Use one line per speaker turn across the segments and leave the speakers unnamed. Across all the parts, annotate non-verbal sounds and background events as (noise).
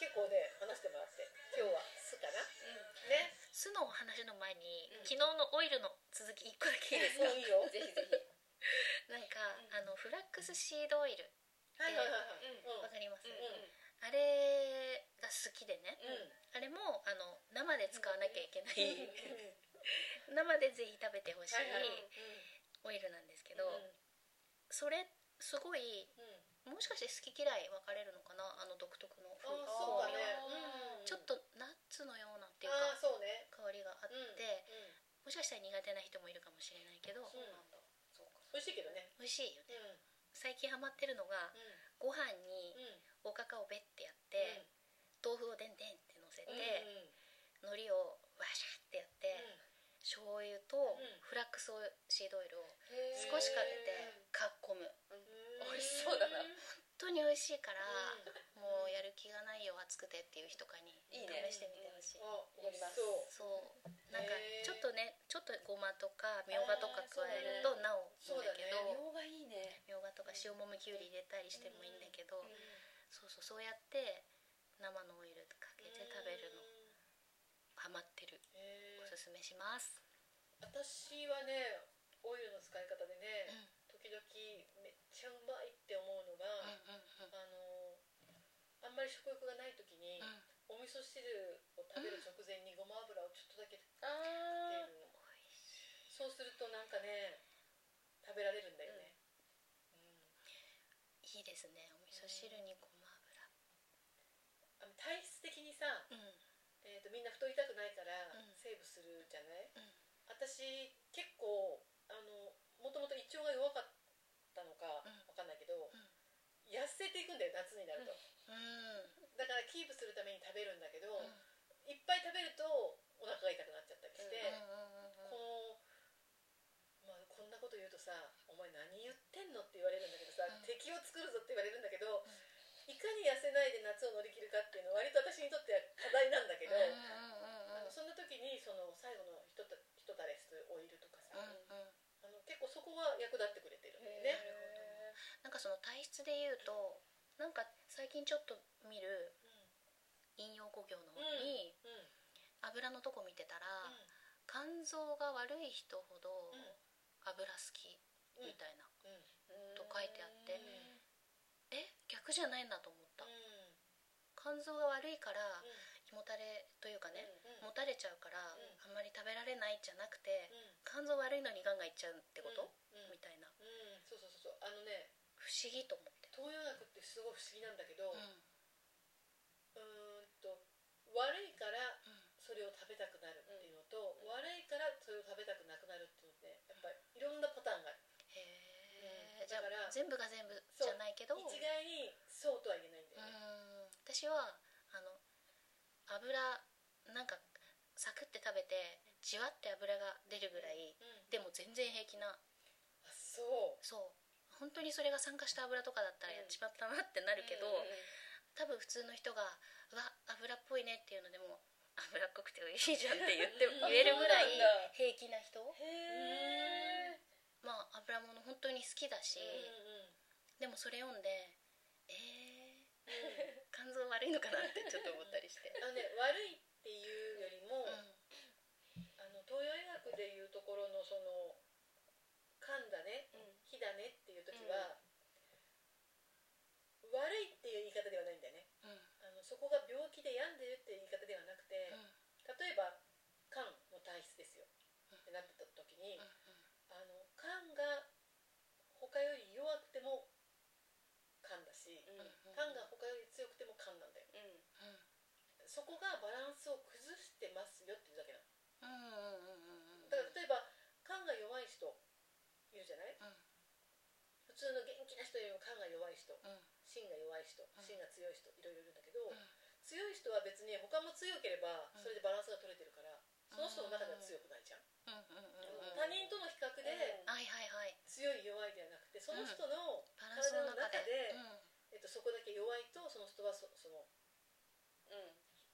結構ね話してもらって今日はすかなね
巣のお話の前に、
うん
昨日のオイルの続き1個だけいいですか
もういいよ
ぜひぜひ。
なんか、
うん
あのフラックスシードオイル
はいはいはいは
う
い
ん
わかります、
ん
あれが好きでね
うんうん
あれもあの生で使わなきゃいけ
うん
ない、 (laughs) 生でぜひ食べてほしい
はいはい
オイルなんですけ
う
ど、
ん
それすごい
うん
もしかして好き嫌い分かれるのかなあの独特の
あーそうだねうん
ちょっとナッツのようなっていう
あー
か
そうね
香りがあって、
うんうん
もしかしたら苦手な人もいるかもしれないけど、
そうなんだ。そうか。
美味しいけどね
美味しいよ
う
ね
んうん
最近ハマってるのがご飯に
うん
おかかをベッてやって、豆腐をでんでんってのせて、
うん
海苔をワシャってやって、醤油と
うん
フラックスシードオイルを
へー
少しかけてかっこむ
うんうん
美味しそうだな。
本当に美味しいから、
うん
もうやる気がないよ暑くてっていう人かに
い
試
いね
してみてほしい
あ美味しそう
そうなんか
へー
ちょっとねちょっとごまとかみょうがとか加える
あー
と
そうだね
な
そうだ
おいいんだけ
ね
ど
がいいね。
みょうがとか塩もみきゅうり入れたりしてもいいんだけど、
うん
そうそうそうやって生のオイルかけて食べるの
うん
ハマってる
へー
おすすめします
私はねオイルの使い方で
うん
ね時々めっちゃうまいって思うの
うんうん
が、
う
あのあんまり食欲がない時に、
んうん
お味噌汁を食べる直前にごま油をちょっとだけかけ
あ
るの、そうするとなんかね食べられるんだよね、
いいですねお味噌汁にごま
うんあの体質的にさ、
油うん
えー、とみんな太りたくないから
うん
セーブするじゃない、
うん
私結構あのもともと胃腸が弱かったのか
うん
わかんないけど、
ん
痩せていくんだよ夏になると、
うん
だからキープするために食べるんだけど、
うん
いっぱい食べるとお腹が痛くなっちゃったりして、
うんうんうんうん
この、まあ、こんなこと言うとさ「お前何言ってんの?」って言われるんだけどさ、
うん
敵を作るぞって言われるんだけど、いかに痩せないで夏を乗り切るかっていうのは割と私にとっては課題なんだけど、あ
うんうん
のそんな時にその最後のひとたひとたれすオイルとかさ、
うんうんうん
あの結構そこは役立ってくれてるんだよね。
ね。
なんかその体質で言うとなんか最近ちょっと見る引用語行の方に
うんうん
油のとこ見てたら
あ
肝臓が悪い人ほど
うん
油好きみたいな
うんうん
と書いてあってえ逆じゃないんだと思った
うん
肝臓が悪いから
うん
もたれというかね
うん
もたれちゃうからあんまり食べられないじゃなくて
うん
肝臓悪いのにガンガンいっちゃうってこと
うんうん
みたい
う
な
んそうそうそうそうあのね
不思議と思って
東洋学ってすごい不思議なんだけど、
うんうん
うーんと悪いからそれを食べたくなるっていうのと、
うん
悪いからそれを食べたくなくなるっていうのってやっぱりいろんなパターンがあるうん
へえじゃ
だから
あ全部が全部じゃないけど
一概にそうとは言えないんだよ
う
ね、
ーん私はあの油なんかサクって食べてじわって油が出るぐらい
うん
でも全然平気な
あそう
そう本当にそれが酸化した油とかだったらやっ
うん
ちまったなってなるけど、
うんうん
多分普通の人が「うわ油っぽいね」っていうのでも「油っこくて美味しいじゃん」って言って
うん
言えるぐら
そ
い
うなんだ
平気な人
へえ。
まあ油物本当に好きだし、
うん
でもそれ読んでえー、肝臓悪いのかなってちょっと思ったりして。
うんあのね悪いっていうよりも、
うん
あの東洋医学でいうところのその噛んだね火だねっていう時は、悪いっていう言い方ではないんだよね
うん
あのそこが病気で病んでるっていう言い方ではなくて、例えば肝の体質ですよってなった時に、あの肝が他より弱くても肝だし
うん
肝が他より強くても肝なんだよそこがバランスを崩してますよっていうだけなのだから例えば肝が弱い人いるじゃない普通の元気な人よりも肝が弱い人芯が弱い人芯が強い人いろいろいるんだけど、強い人は別に他も強ければ
うん
それでバランスが取れてるから、その人の中では強くないじゃん、他人との比較で
うん
はいはいはい
強い弱いではなくてその人の
バランスの
体の中
中で
で、えっと、そこだけ弱いとその人はそその、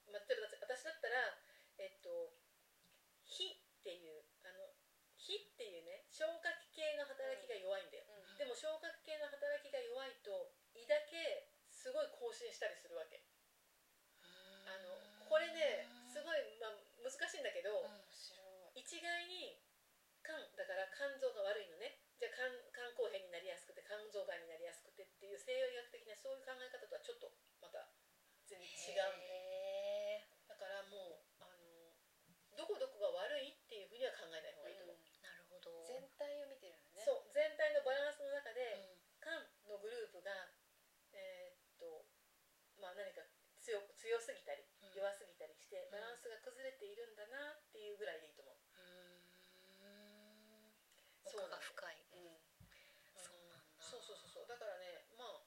まあ、例えば私だったらえっと火っていうあの火っていうね消化器系の働きが弱いんだよ、でも消化器系の働きが弱いと胃だけすごい更新したりするわけ
う
これねすごい、まあ、難しいんだけど、
うん
一概に肝だから肝臓が悪いのねじゃあ肝肝硬変になりやすくて肝臓がんになりやすくてっていう西洋医学的なそういう考え方とはちょっとまた全然違うんだよ
へえ
だからもうあのどこどこが悪いっていうふうには考えない方がいいと思う、
なるほど
全体を見てるのねう
そう全体のバランスの中
うん
で肝のグループがえーっとまあ何か強強すぎたり
うん
弱すぎたりして
ん
バランスが崩れているんだなっていうぐらいでいいと思う、
うーん
そう
奥
なんだ
が
よ
深い
ん
そうなんだ
そうそうそうそうだからねまあ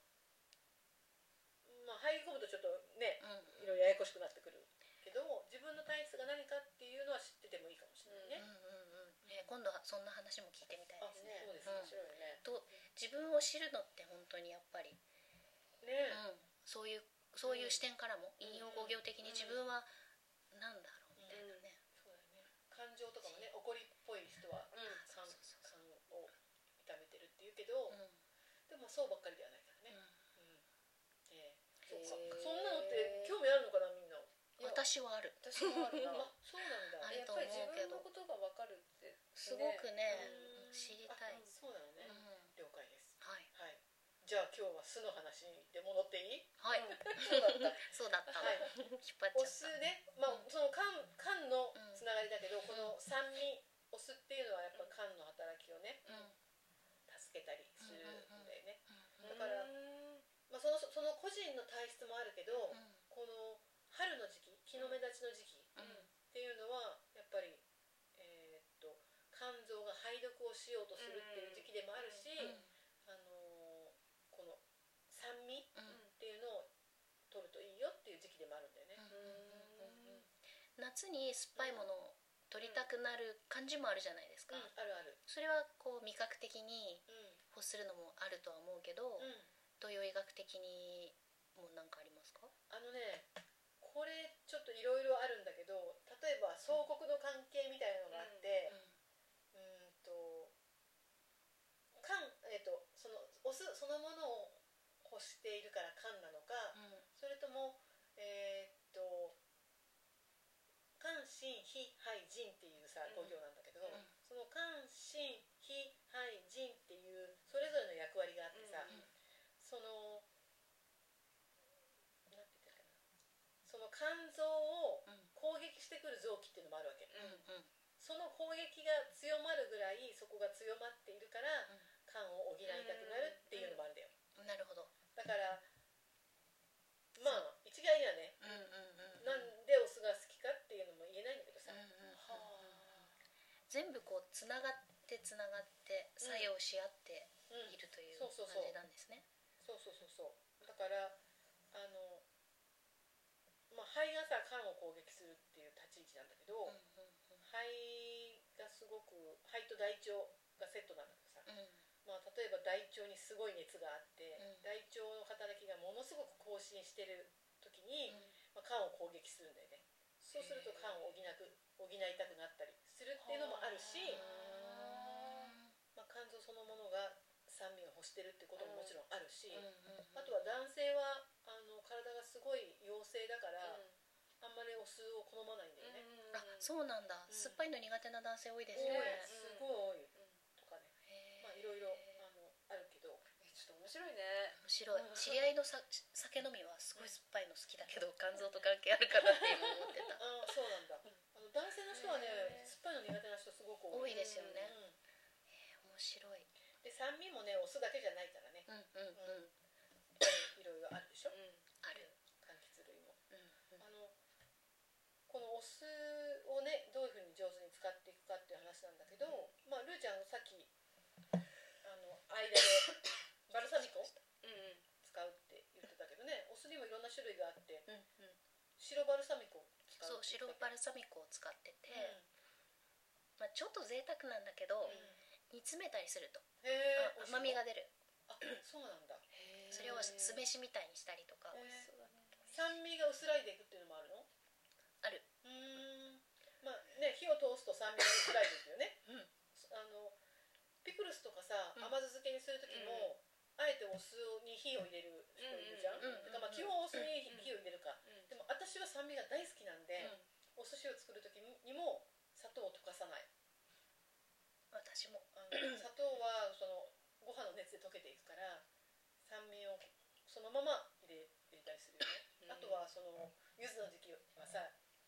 まあ入り込むとちょっとね
うん
いろいろややこしくなってくるけど自分の体質が何かっていうのは知っててもいいかもしれ
うん
ないね、
うんうんえー今度はそんな話も聞いてみたい
あ
ですね
そうです
うん
ね
面白いね
自分を知るのって本当にやっぱり、う
ね
ん、そういうそういう視点からも引用語行的に自分はなんだろうみたいなね、
そうだよね感情とかもね怒りっぽい人は
あ
うん
そ
感
うそうそう
感を痛めてるっていうけど、
うん
でもそうばっかりではないから
う
ね、う
ん
んええそっか
へえ
そんなのって興味あるのかなみんな、
いや
私はある
私もあるな
あそうなんだ
あ
や
る
っ
と
ぱ
思うけ
り自
ど
分のことが分かるって
すごくね
うん
知りたい、
あそうなのね、
うん
了解です
はい
はいじゃあ今日は酢の話で戻っていい
はい、
うんそうだった
そうだった、
はい
引っ張っ
お酢
ちゃっ
ね、まあ
う、ん
その缶缶の
うん
つながりだけど、この酸味お酢っていうのはやっぱ缶の働きをね
た、うん
助けたりするんだよね、
う
だから
うん
まあ、そのその個人の体質もあるけど、
んうん
この春の時期日の目立ちの時期っ
うん
ていうのはやっぱり、えーっと肝臓が排毒をしようとするっていう時期でもあるし、
うん
あのーこの酸味っ
うん
ていうのを取るといいよっていう時期でもあるんだよね、
うん夏に酸っぱいものを取りたくなる感じもあるじゃないですか、
うんあるある
それはこう味覚的に
うん
欲するのもあるとは思うけど、
うん
東洋医学的にも何かありますか？
あのねこれちょっといろいろあるんだけど例えば相国の関係みたいなのがあって、うーんと缶えっ、とそのお酢そのものを欲しているから缶なのか、それともえーっと肝心非肺腎っていうさ
うん
五行なんだけど、
うん
その肝心非肺腎っていうそれぞれの役割があってさ、
うん
うん
そのなんて言ったらいいかなその肝臓を
うん
攻撃してくる臓器っていうのもあるわけ、
うん
その攻撃が強まるぐらいそこが強まっているから
うん
肝を補いたくなるっていうのもあるんだよ
うんなるほど。
だからまあ一概にはね
うんうんうん
なんでお酢が好きかっていうのも言えないんだけどさ、
うんうん
は
全部こうつながってつながって作用し合って
あ、うん
い、るという
そ
感
うそうそう
じなんですね。
そうそうそうそうだからあの、まあ、肺がさ肝を攻撃するっていう立ち位置なんだけど、
うんうん
肺がすごく肺と大腸がセットなんだけどさ、
うん
まあ、例えば大腸にすごい熱があって、
うん
大腸の働きがものすごく更新してる時に、まあ、
うん
肝を攻撃するんだよねそうすると肝を補なく補いたくなったりするっていうのもあるし、
は
まあ、肝臓そのものが酸味を欲してるってことももちろんあるし、
うんうんうん
あとは男性はあの体がすごい陽性だから、あんまりお酢を好まないんだよね、
あそうなんだ。
うん
酸っぱいの苦手な男性多いです
多
ね
い。
ね
すごい多いとかね、
へー
まあ、いろいろあのあるけど
えちょっと面白いね
面白い
うん
知り合いのさ酒飲みはすごい酸っぱいの好きだけど肝臓と関係あるかなって今思ってた
ああそうなんだあの男性の人はね
へー
酸っぱいの苦手な人すごく
多
多い
いですよね
うん
面白い
で酸味もねお酢だけじゃないからね
うんうんうん
いろいろあるでしょ
ある
柑橘類も
うんうん
あのこのお酢をねどういうふうに上手に使っていくかっていう話なんだけど、まあルーちゃんさっきあの間
(coughs)
でバルサミコ使
うんうん
うって言ってたけどねお酢にもいろんな種類があって
うんうん
白バルサミコ使
そうう白
ル
バルサミコを使ってて、
うん
まあ、ちょっと贅沢なんだけど、
うん
煮詰めたりすると
へえ
あ甘みが出る
あそうなんだ
それを酢飯みたいにしたりとか、
へー
そうだね
酸味が薄らいでいくっていうのもあるの
ある
うーんまあね火を通すと酸味が薄らいでいくよね
うん
あのピクルスとかさ
うん
甘酢漬けにする時も、あえてお酢に火を入れる人いるじゃん、
うんうんうん
だからまあ基本お酢に火
うん
火を入れるか
うん
でも私は酸味が大好きなんで、溶けていくから酸味をそのまま入れ入れたりするよね、あとはその柚子の時期はさ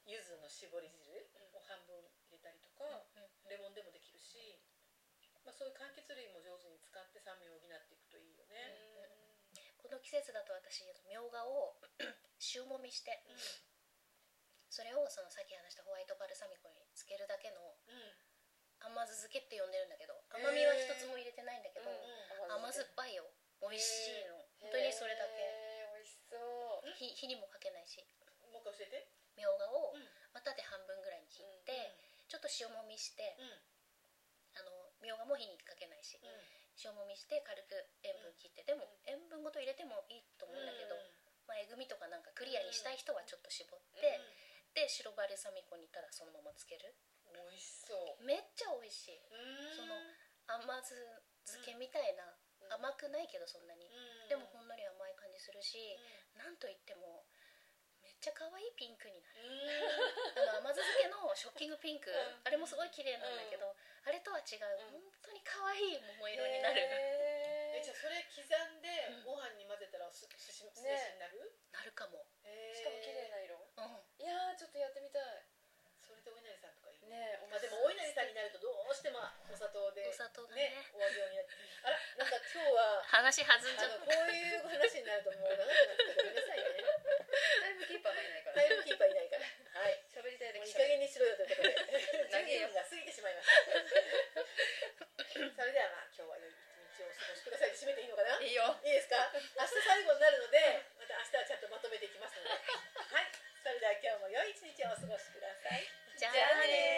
柚子の絞り汁を半分入れたりとか、レモンでもできるし、まあ、そういう柑橘類も上手に使って酸味を補っていくといいよね、
この季節だと私みょうがを (clears throat) 塩もみして
うん
それをそのさっき話したホワイトバルサミコにつけるだけの甘酢漬けって呼んでるんだけど
へー
甘みは一つも入れてないんだけど、
う
甘酸っぱいよ美味しいの本当にそれだけ
美味しそう
火火にもかけないし
もう一回教えて
みょうがを
うん
またで半分ぐらいに切って、ちょっと塩もみして
うん
あのみょうがも火にかけないし、
うん
塩もみして軽く塩分切ってでも
うん
塩分ごと入れてもいいと思うんだけ
う
ど、
ん
まあ、えぐみとかなんかクリアにしたい人はちょっと絞って、
うん
で白バルサミコにただそのままつける
うん美味しそう
めっちゃ美味しい
そ
の甘酢漬けみたいな、甘くないけどそんなに、でもほんのり甘い感じするし、なんといってもめっちゃ可愛いピンクになるあの甘酢漬けのショッキングピンク、
うん
あれもすごい綺麗なんだけど、あれとは違う、
うん
本当に可愛い桃色になる、
えじゃあそれ刻んでご
うん
飯に混ぜたらすすし酢飯になる、
なるかも、
えー
しかも綺麗な色
うん、
いやーちょっとやってみたい
それでお稲荷さんとかいいね
ねえ
まあでもお稲荷さんになるとどうしてもお砂糖で
お砂糖がね
ねお揚げをになってあらなんか今日は
話弾んじ
あ
ゃ
の
っ
こういう話になるともう長くなってごめんなさいね
タイムキーパーがいないか
タ
ら
イムキーパーいないからはい
喋りたいだ
もういい
け
加
喋る
減にしろよということで (laughs) 10分が過ぎてし
長いよ
まいましたそれではまあ今日は良い一日をお過ごしくださいで締めていいのかない
いよ
いいですか明日最後になるのでまた明日はちゃんとまとめていきますのではいそれでは今日も良い一日をお過ごしください
じゃあ
じゃあねー